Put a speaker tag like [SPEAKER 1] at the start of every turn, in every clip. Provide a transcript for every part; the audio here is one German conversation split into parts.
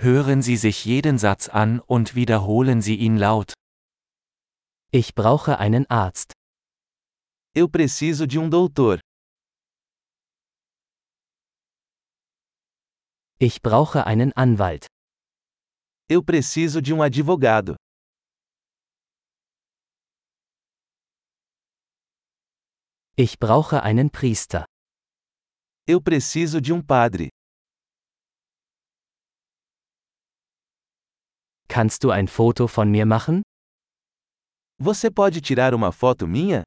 [SPEAKER 1] Hören Sie sich jeden Satz an und wiederholen Sie ihn laut.
[SPEAKER 2] Ich brauche einen Arzt.
[SPEAKER 3] Eu preciso de um doutor.
[SPEAKER 2] Ich brauche einen Anwalt.
[SPEAKER 3] Eu preciso de um advogado.
[SPEAKER 2] Ich brauche einen Priester.
[SPEAKER 3] Eu preciso de um padre.
[SPEAKER 2] Kannst du ein Foto von mir machen?
[SPEAKER 3] Você pode tirar uma foto minha?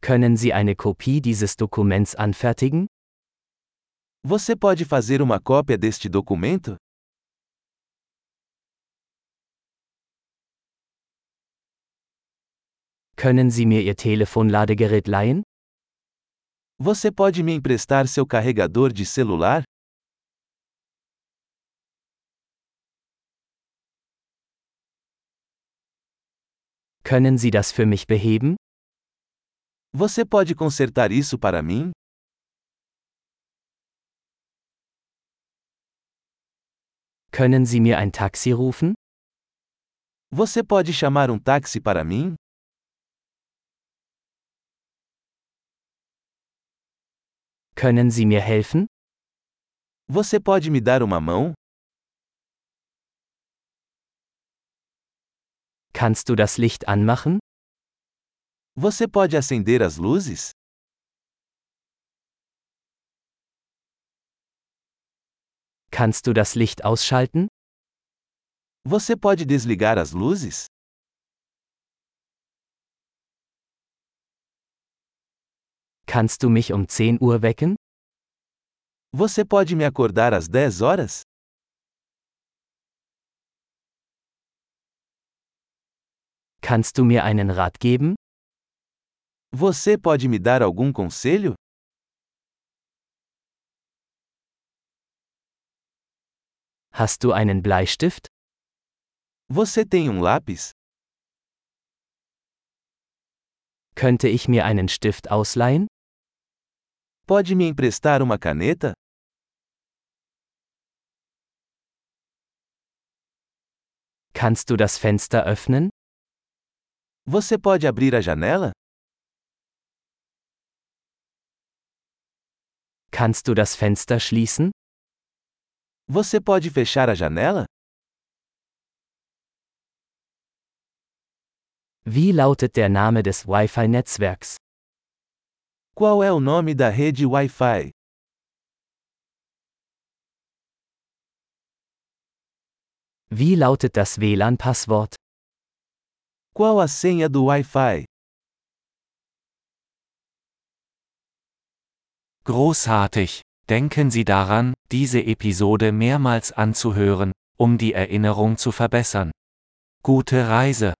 [SPEAKER 2] Können Sie eine Kopie dieses Dokuments anfertigen?
[SPEAKER 3] Você pode fazer uma cópia deste documento?
[SPEAKER 2] Können Sie mir Ihr Telefonladegerät leihen?
[SPEAKER 3] Você pode me emprestar seu carregador de celular?
[SPEAKER 2] Können Sie das für mich beheben?
[SPEAKER 3] Você pode consertar isso para mim?
[SPEAKER 2] Können Sie mir ein Taxi rufen?
[SPEAKER 3] Você pode chamar um táxi para mim?
[SPEAKER 2] Können Sie mir helfen?
[SPEAKER 3] Você pode me dar uma mão?
[SPEAKER 2] Kannst du das Licht anmachen?
[SPEAKER 3] Você pode acender as luzes?
[SPEAKER 2] Kannst du das Licht ausschalten?
[SPEAKER 3] Você pode desligar as luzes?
[SPEAKER 2] Kannst du mich um 10 Uhr wecken?
[SPEAKER 3] Você pode me acordar às 10 horas?
[SPEAKER 2] Kannst du mir einen Rat geben?
[SPEAKER 3] Você pode me dar algum conselho?
[SPEAKER 2] Hast du einen Bleistift?
[SPEAKER 3] Você tem um lápis?
[SPEAKER 2] Könnte ich mir einen Stift ausleihen?
[SPEAKER 3] Pode me emprestar uma caneta?
[SPEAKER 2] Kannst du das Fenster öffnen?
[SPEAKER 3] Você pode abrir a janela?
[SPEAKER 2] Kannst du das Fenster schließen?
[SPEAKER 3] Você pode fechar a janela?
[SPEAKER 2] Wie lautet der Name des Wi-Fi-Netzwerks?
[SPEAKER 3] Qual é o nome da rede Wi-Fi?
[SPEAKER 2] Wie lautet das WLAN-Passwort?
[SPEAKER 3] Qual a senha do Wi-Fi?
[SPEAKER 1] Großartig! Denken Sie daran, diese Episode mehrmals anzuhören, um die Erinnerung zu verbessern. Gute Reise!